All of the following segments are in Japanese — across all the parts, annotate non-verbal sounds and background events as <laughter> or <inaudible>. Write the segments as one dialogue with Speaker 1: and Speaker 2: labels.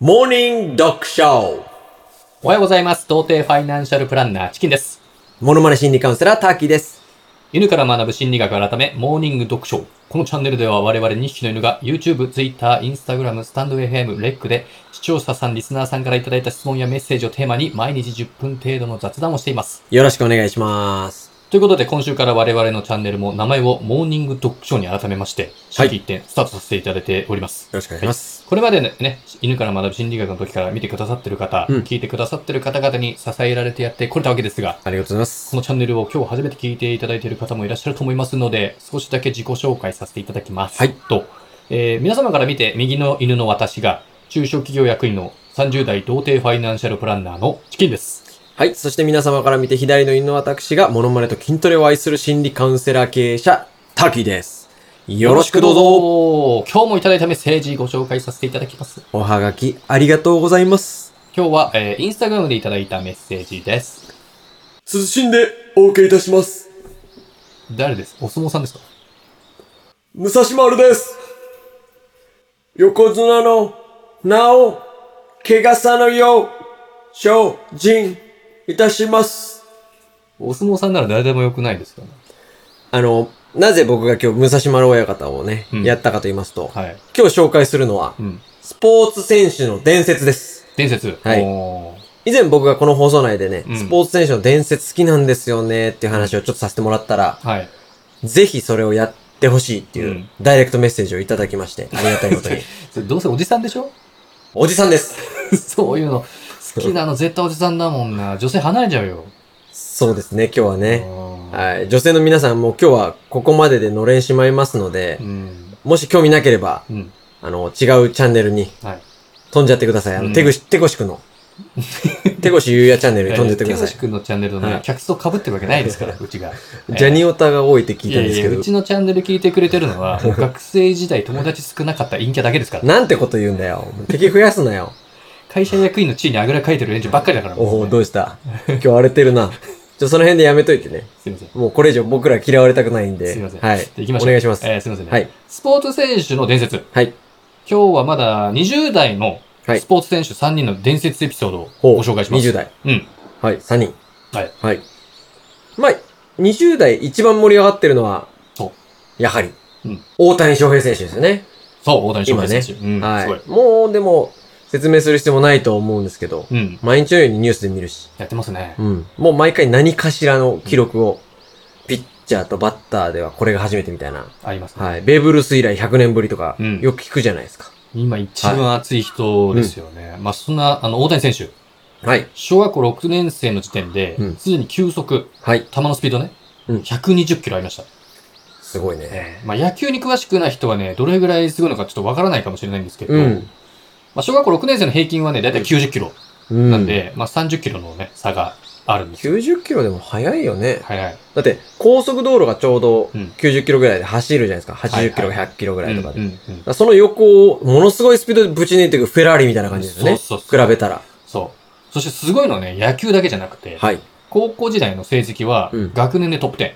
Speaker 1: モーニング読書
Speaker 2: おはようございます。童貞ファイナンシャルプランナー、チキンです。
Speaker 1: モノマネ心理カウンセラー、ターキーです。
Speaker 2: 犬から学ぶ心理学改め、モーニング読書。このチャンネルでは我々2匹の犬が YouTube、Twitter、Instagram、スタンド FM、レックで視聴者さん、リスナーさんからいただいた質問やメッセージをテーマに毎日10分程度の雑談をしています。
Speaker 1: よろしくお願いします。
Speaker 2: ということで今週から我々のチャンネルも名前をモーニング読書に改めまして、
Speaker 1: はい
Speaker 2: 新規一点スタートさせていただいております。
Speaker 1: よろしくお願いします。
Speaker 2: これまでのね、犬から学ぶ心理学の時から見てくださってる方、
Speaker 1: うん
Speaker 2: 聞いてくださってる方々に支えられてやってこれたわけですが、
Speaker 1: ありがとうございま
Speaker 2: こ
Speaker 1: す。
Speaker 2: のチャンネルを今日初めて聞いていただいている方もいらっしゃると思いますので、少しだけ自己紹介させていただきます。
Speaker 1: はい
Speaker 2: と、えー皆様から見て右の犬の私が、中小企業役員の30代童貞ファイナンシャルプランナーのチキンです。
Speaker 1: はい。そして皆様から見て左の犬の私が、モノマネと筋トレを愛する心理カウンセラー経営者、ターキーです。よろしくどうぞ。
Speaker 2: ぞ今日もいただいたメッセージご紹介させていただきます。
Speaker 1: おはがき、ありがとうございます。
Speaker 2: 今日は、えーインスタグラムでいただいたメッセージです。
Speaker 1: 慎んでお受けいたします。
Speaker 2: 誰ですお相撲さんですか
Speaker 1: 武蔵丸です。横綱の名を、怪我さぬよう、精進いたします。
Speaker 2: お相撲さんなら誰でもよくないですかね。
Speaker 1: あの、なぜ僕が今日、武蔵丸親方をね、
Speaker 2: うん
Speaker 1: やったかと言いますと、
Speaker 2: はい。
Speaker 1: 今日紹介するのは
Speaker 2: う、ん。
Speaker 1: スポーツ選手の伝説です。
Speaker 2: 伝説。
Speaker 1: はい
Speaker 2: おー
Speaker 1: 以前僕がこの放送内でね、
Speaker 2: うん
Speaker 1: スポーツ選手の伝説好きなんですよねっていう話をちょっとさせてもらったら、
Speaker 2: はい。
Speaker 1: ぜひそれをやってほしいっていううんダイレクトメッセージをいただきまして、ありがたい
Speaker 2: <laughs>
Speaker 1: ことに。
Speaker 2: それどうせおじさんでしょ
Speaker 1: おじさんです。
Speaker 2: <laughs> そういうの、好き
Speaker 1: <laughs>
Speaker 2: なの絶対おじさんだもんな。女性離れちゃうよ。
Speaker 1: そうですね、今日はね。
Speaker 2: は
Speaker 1: はい。女性の皆さんも今日はここまでで乗れんしまいますので
Speaker 2: い。う、ん。
Speaker 1: もし興味なければ、
Speaker 2: うん。
Speaker 1: あの、違うチャンネルに
Speaker 2: はい。
Speaker 1: 飛んじゃってください。あ
Speaker 2: う
Speaker 1: の、
Speaker 2: ん
Speaker 1: 手ぐし、手越しく
Speaker 2: <laughs>
Speaker 1: の。手越しゆうやチャンネルに飛んじゃってくださ
Speaker 2: 手
Speaker 1: い
Speaker 2: 越。君のチャンネルのね、
Speaker 1: はい
Speaker 2: 客層被ってるわけな
Speaker 1: <laughs>
Speaker 2: いですから、うちが。
Speaker 1: ジャニオタが多いって聞いたんです
Speaker 2: い
Speaker 1: け
Speaker 2: やいや、
Speaker 1: ど
Speaker 2: う、ちのチャンネル聞いてくれてる
Speaker 1: <laughs>
Speaker 2: のは、もう学生時代友達少なかった陰キャだけですから。
Speaker 1: なんてこと言うんだよ。敵増やすなよ。
Speaker 2: 会社役員の地位にあぐらかいてる連中ばっかりだから。
Speaker 1: おお、
Speaker 2: もうね
Speaker 1: どう
Speaker 2: <laughs>
Speaker 1: した今日荒れてるな。ちょ、その辺でやめといてね。
Speaker 2: すいません。
Speaker 1: もうこれ以上僕ら嫌われたくないんで。
Speaker 2: すいません。
Speaker 1: はい
Speaker 2: じゃ。あ行きましょう。
Speaker 1: お願いします。
Speaker 2: えーすいませんね。
Speaker 1: はい。
Speaker 2: スポーツ選手の伝説。
Speaker 1: はい。
Speaker 2: 今日はまだ20代の
Speaker 1: はい
Speaker 2: スポーツ選手3人の伝説エピソードを
Speaker 1: ほう
Speaker 2: ご紹介します。
Speaker 1: 20代。
Speaker 2: うん。
Speaker 1: はい、3人。
Speaker 2: はい。
Speaker 1: はい。まあ、20代一番盛り上がってるのは、。
Speaker 2: そう
Speaker 1: やはり、
Speaker 2: うん
Speaker 1: 大谷翔平選手ですよね。
Speaker 2: そう、大谷翔平選手。うん、
Speaker 1: は
Speaker 2: すごい。
Speaker 1: い。もう、でも、説明する必要もないと思うんですけど、
Speaker 2: うん。
Speaker 1: 毎日のようにニュースで見るし、
Speaker 2: やってますね。
Speaker 1: うん。もう毎回何かしらの記録を、ピッチャーとバッターではこれが初めてみたいな。
Speaker 2: ありますね。
Speaker 1: はい。ベーブ・ルース以来100年ぶりとか
Speaker 2: う、ん
Speaker 1: よく聞くじゃないですか。
Speaker 2: 今一番熱い人ですよね。まあ、そんな、あの、大谷選手、
Speaker 1: はい。
Speaker 2: 小学校6年生の時点で
Speaker 1: うん、
Speaker 2: すでに球速、
Speaker 1: はい。
Speaker 2: 球のスピードね、
Speaker 1: うん
Speaker 2: 120キロありました。
Speaker 1: すごいね。
Speaker 2: まあ、野球に詳しくない人はね、どれぐらいすごいのかちょっとわからないかもしれないんですけど、
Speaker 1: うん。
Speaker 2: まあ、小学校6年生の平均はね、だいたい90キロ
Speaker 1: うん。
Speaker 2: なん。で、まあ、30キロのね、差があるんですよ。
Speaker 1: 90キロでも速いよね。
Speaker 2: 早い。
Speaker 1: だって、高速道路がちょうど
Speaker 2: うん
Speaker 1: 90キロぐらいで走るじゃないですか。80キロ、
Speaker 2: は
Speaker 1: 100キロぐらいとかで。
Speaker 2: う
Speaker 1: だ
Speaker 2: んうんうん
Speaker 1: からその横を、ものすごいスピードでぶち抜いていくフェラーリみたいな感じですよね。
Speaker 2: そうそう
Speaker 1: 比
Speaker 2: そう
Speaker 1: べたら。
Speaker 2: そう。そしてすごいのはね、野球だけじゃなくて、
Speaker 1: はい。
Speaker 2: 高校時代の成績は
Speaker 1: うん、
Speaker 2: 学年でトップ10、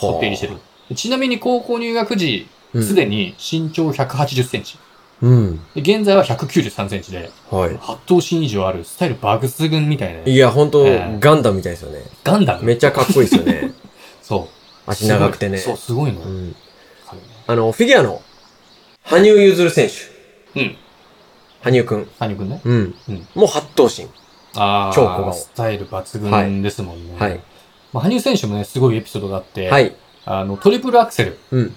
Speaker 2: トップ10入りして
Speaker 1: は
Speaker 2: る。ちなみに高校入学時、
Speaker 1: あ。
Speaker 2: すでに身長180センチ。
Speaker 1: に。うん。
Speaker 2: で現在は193センチで、
Speaker 1: は
Speaker 2: 8頭身以上あるスタイルバグス軍みたいな、
Speaker 1: い。いや、ほんと、
Speaker 2: えー
Speaker 1: ガンダムみたいですよね。
Speaker 2: ガンダム。
Speaker 1: めっちゃかっこいいですよ
Speaker 2: <laughs>
Speaker 1: ね。
Speaker 2: そう。
Speaker 1: 足長くてね。
Speaker 2: すごいそう、すごいの。
Speaker 1: うん。
Speaker 2: 彼ね
Speaker 1: あの、フィギュアの、羽生結弦選手。
Speaker 2: うん。
Speaker 1: 羽生くん。
Speaker 2: 谷くんね。
Speaker 1: うん。
Speaker 2: うん
Speaker 1: もう八頭身。
Speaker 2: ああ、
Speaker 1: 超小顔
Speaker 2: スタイル抜群ですもんね。
Speaker 1: はい。
Speaker 2: まあ、羽生選手もね、すごいエピソードがあって、
Speaker 1: はい。
Speaker 2: あの、トリプルアクセル、
Speaker 1: うん。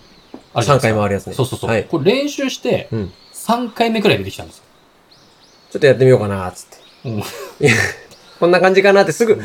Speaker 2: あるじゃ
Speaker 1: 3
Speaker 2: ないです
Speaker 1: 回
Speaker 2: か。
Speaker 1: 回るやつね。
Speaker 2: そうそうそう。
Speaker 1: はい。ち
Speaker 2: これ練習して
Speaker 1: うん、
Speaker 2: 3回目くらい出てきたんですよ。
Speaker 1: ょっとやってみようかな、つって。
Speaker 2: うん
Speaker 1: いや <laughs> こんな感じかなってすぐ
Speaker 2: うん、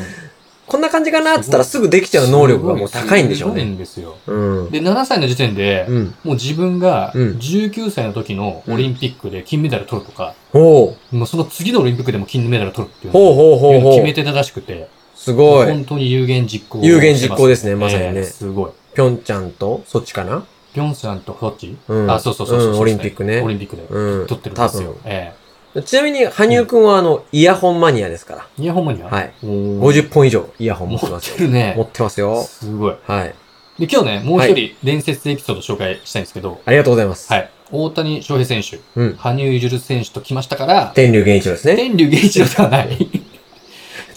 Speaker 1: こんな感じかなっつったらすぐできちゃう能力がもう高いんでしょう
Speaker 2: すごい
Speaker 1: ね。
Speaker 2: んですよ。
Speaker 1: うん。
Speaker 2: で、7歳の時点で、
Speaker 1: うん。
Speaker 2: もう自分が
Speaker 1: うん
Speaker 2: 19歳の時のオリンピックで金メダル取るとか、
Speaker 1: ほう。
Speaker 2: もうその次のオリンピックでも金メダル取るっていうの
Speaker 1: ほうほうほう
Speaker 2: を
Speaker 1: ほ
Speaker 2: 決め
Speaker 1: う。
Speaker 2: てたらしくて、
Speaker 1: すごい。
Speaker 2: 本当に有言実行を
Speaker 1: 有言実行ですね
Speaker 2: して
Speaker 1: まさにね
Speaker 2: えーすごい。
Speaker 1: ぴょんちゃんと、そっちかな
Speaker 2: ピョンさんとソチ、
Speaker 1: うん。
Speaker 2: あ、そうそうそうそう
Speaker 1: うんオリンピックね
Speaker 2: オリンピックで
Speaker 1: うん。
Speaker 2: 取ってるんですよ
Speaker 1: 多。
Speaker 2: え
Speaker 1: 分ちなみに、羽生くんはあの、イヤホンマニアですから。
Speaker 2: えイヤホンマニア
Speaker 1: はい。
Speaker 2: おー
Speaker 1: 50本以上イヤホン持って
Speaker 2: 持
Speaker 1: ま
Speaker 2: っ
Speaker 1: す
Speaker 2: て
Speaker 1: よ。
Speaker 2: るね
Speaker 1: 持。ってますよ。
Speaker 2: すごい。
Speaker 1: はい。
Speaker 2: で、今日ね、もう一人伝説エピソード紹介したいんですけど、
Speaker 1: ありがとうございます。
Speaker 2: はい。大谷翔平選手、
Speaker 1: うん
Speaker 2: 羽生結弦選手と来ましたから、
Speaker 1: 天竜源一郎ですね。
Speaker 2: 天竜源一郎ではない。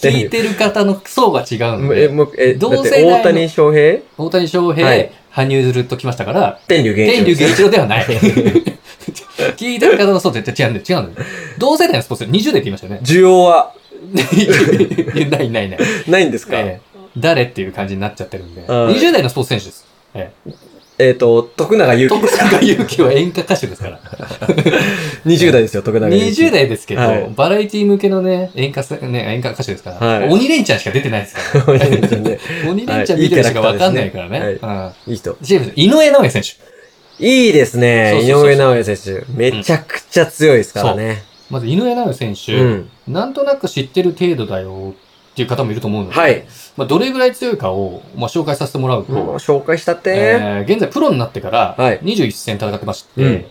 Speaker 2: 聞いてる方の層が違うの
Speaker 1: え、
Speaker 2: で、
Speaker 1: もう、え、だ
Speaker 2: 同
Speaker 1: っ
Speaker 2: 世
Speaker 1: て
Speaker 2: 代の
Speaker 1: 大谷翔平
Speaker 2: 大谷翔平、
Speaker 1: はい
Speaker 2: 羽生結弦と来ましたから、
Speaker 1: 天竜源一
Speaker 2: 天
Speaker 1: 郎
Speaker 2: 竜
Speaker 1: ですね。
Speaker 2: 源一郎ではない。聞いてる方の層絶対違うんだよ。違うんだよ。同世代のスポーツ、20代って言いま
Speaker 1: <laughs>
Speaker 2: したよね。
Speaker 1: 需要はい
Speaker 2: やないないない。
Speaker 1: ないんですかえ
Speaker 2: ええ誰っていう感じになっちゃってるんで。
Speaker 1: ん
Speaker 2: 20代のスポーツ選手です。え
Speaker 1: っと、徳永
Speaker 2: え、
Speaker 1: 祐希
Speaker 2: 徳
Speaker 1: です。
Speaker 2: 永祐希は演歌歌手で
Speaker 1: <laughs>
Speaker 2: すから。
Speaker 1: 20代ですよ、徳永祐希。
Speaker 2: 20代ですけど、
Speaker 1: はい
Speaker 2: バラエティ向けのね、演歌さ、ね、演歌歌手ですから、
Speaker 1: はい
Speaker 2: 鬼レンチャンしか出てない
Speaker 1: <laughs>
Speaker 2: ですから。
Speaker 1: 代。
Speaker 2: 鬼レンチャン見てる人がわかんないからね。
Speaker 1: はいいいキ
Speaker 2: うん
Speaker 1: いい人。
Speaker 2: チーム井上尚弥選手。
Speaker 1: いいです
Speaker 2: そう
Speaker 1: ね、
Speaker 2: そう
Speaker 1: 井
Speaker 2: そうそう
Speaker 1: 上尚弥選手。めちゃくちゃ強いですからね。
Speaker 2: まず井上尚弥選手、
Speaker 1: うん。
Speaker 2: なんとなく知ってる程度だよっていう方もいると思うので、
Speaker 1: はい。
Speaker 2: まあ、どれぐらい強いかを、まあ、紹介させてもらうと、
Speaker 1: もう紹介したって。
Speaker 2: えー現在プロになってから
Speaker 1: はい
Speaker 2: 21戦戦ってまして、
Speaker 1: うん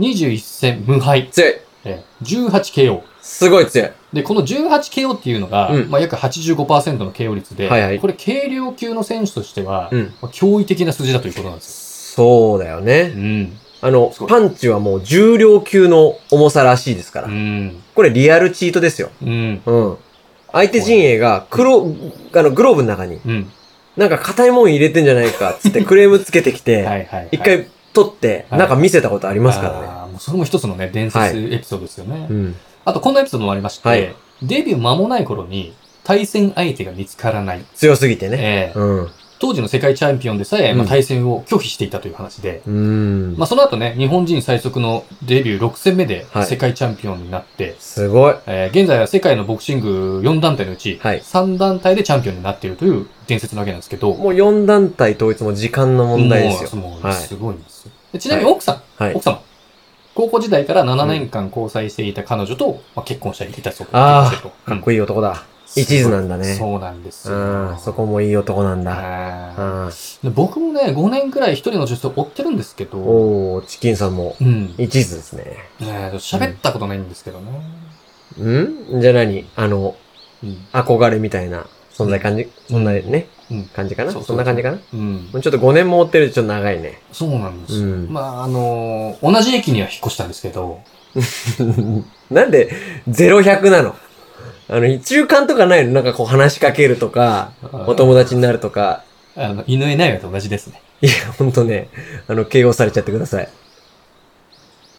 Speaker 2: 21戦無敗、
Speaker 1: 強い。
Speaker 2: えー 18KO。
Speaker 1: すごい強い。
Speaker 2: で、この 18KO っていうのが、
Speaker 1: うん
Speaker 2: まあ、約85%の KO 率で、
Speaker 1: はいはい
Speaker 2: これ軽量級の選手としては、
Speaker 1: うん。
Speaker 2: まあ、驚異的な数字だということなんです
Speaker 1: そうだよ
Speaker 2: よ。
Speaker 1: ね
Speaker 2: う。ん。
Speaker 1: あの
Speaker 2: すご、い
Speaker 1: パンチはもう重量級の重さらしいですか
Speaker 2: う
Speaker 1: ら。
Speaker 2: ん。
Speaker 1: これリアルチートですよ。
Speaker 2: うん。
Speaker 1: うん。相手陣営が黒、あの、グローブの中に、
Speaker 2: うん。
Speaker 1: なんか硬いもん入れてんじゃないか、つ
Speaker 2: <laughs>
Speaker 1: ってクレームつけてきて、
Speaker 2: はいはい、はい。
Speaker 1: 一回取って、
Speaker 2: はい
Speaker 1: なんか見せたことありますからね。
Speaker 2: あーもうそれも一つのね、伝説エピソードですよね。
Speaker 1: うん。
Speaker 2: あと、こんなエピソードもありまして、
Speaker 1: はい
Speaker 2: デビュー間もない頃に、対戦相手が見つからない。
Speaker 1: 強すぎてね。
Speaker 2: えー
Speaker 1: うん。
Speaker 2: 当時の世界チャンピオンでさえ、ま
Speaker 1: う
Speaker 2: あ、
Speaker 1: ん
Speaker 2: 対戦を拒否していたという話で、
Speaker 1: うん
Speaker 2: まあ、。その後ね、日本人最速のデビュー6戦目で
Speaker 1: はい
Speaker 2: 世界チャンピオンになって、
Speaker 1: すごい。
Speaker 2: えー現在は世界のボクシング4団体のうち、
Speaker 1: はい
Speaker 2: 3団体でチャンピオンになっているという伝説なわけなんですけど、
Speaker 1: もう4団体統一も時間の問題ですよ。
Speaker 2: もう、
Speaker 1: はい
Speaker 2: すごいんですよ。でちなみに奥さん、
Speaker 1: はい
Speaker 2: 奥。様、高校時代から7年間交際していた彼女と、まあ、結婚していたそう
Speaker 1: あー
Speaker 2: 結婚してると
Speaker 1: かっこ
Speaker 2: いい。
Speaker 1: いい男だ。一途なんだね。
Speaker 2: そうなんです
Speaker 1: う
Speaker 2: よ
Speaker 1: ん。。そこもいい男なんだ。
Speaker 2: あ
Speaker 1: うん。
Speaker 2: ーで僕もね、5年くらい一人の女性を追ってるんですけど、
Speaker 1: おー、チキンさんも
Speaker 2: うん。
Speaker 1: 一途ですね。
Speaker 2: えーと喋ったことないんですけどね。
Speaker 1: んじゃあ何あの、
Speaker 2: うん。
Speaker 1: 憧れみたいな、そんな感じ、そんなね
Speaker 2: うん、
Speaker 1: 感じかな
Speaker 2: そうそう
Speaker 1: そんな感じかなも
Speaker 2: うん。
Speaker 1: うちょっと5年も追ってるとちょっと長いね。
Speaker 2: そうなんですよ。
Speaker 1: うん
Speaker 2: まあ、あのー同じ駅には引っ越したんですけど、
Speaker 1: なんで、0100なのあの、中間とかないのなんかこう話しかけるとか、お友達になるとか。
Speaker 2: あの、井上尚弥と同じですね。
Speaker 1: いや、ほんとね、あの、敬語されちゃってください。